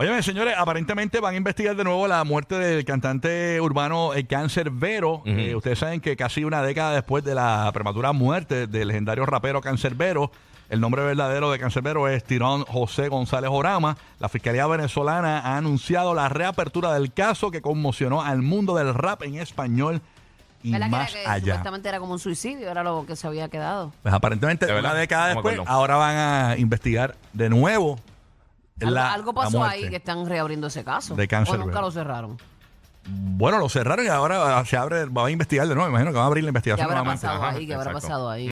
Óyeme, señores, aparentemente van a investigar de nuevo la muerte del cantante urbano eh, Cáncer Vero. Eh, ustedes saben que casi una década después de la prematura muerte del legendario rapero Cancerbero, el nombre verdadero de Cancerbero es Tirón José González Orama. La Fiscalía Venezolana ha anunciado la reapertura del caso que conmocionó al mundo del rap en español y ¿Verdad que era más que allá. Supuestamente era como un suicidio, era lo que se había quedado. Pues aparentemente ¿De verdad? una década No me después, acuerdo. ahora van a investigar de nuevo Algo, la, algo la pasó muerte. ahí que están reabriendo ese caso. De cáncer, O nunca ¿verdad? lo cerraron. Bueno, lo cerraron y ahora se abre, va a investigar de nuevo. Imagino que van a abrir la ¿Qué investigación habrá nuevamente. pasado ajá, ahí? ¿Qué habrá exacto. pasado ahí?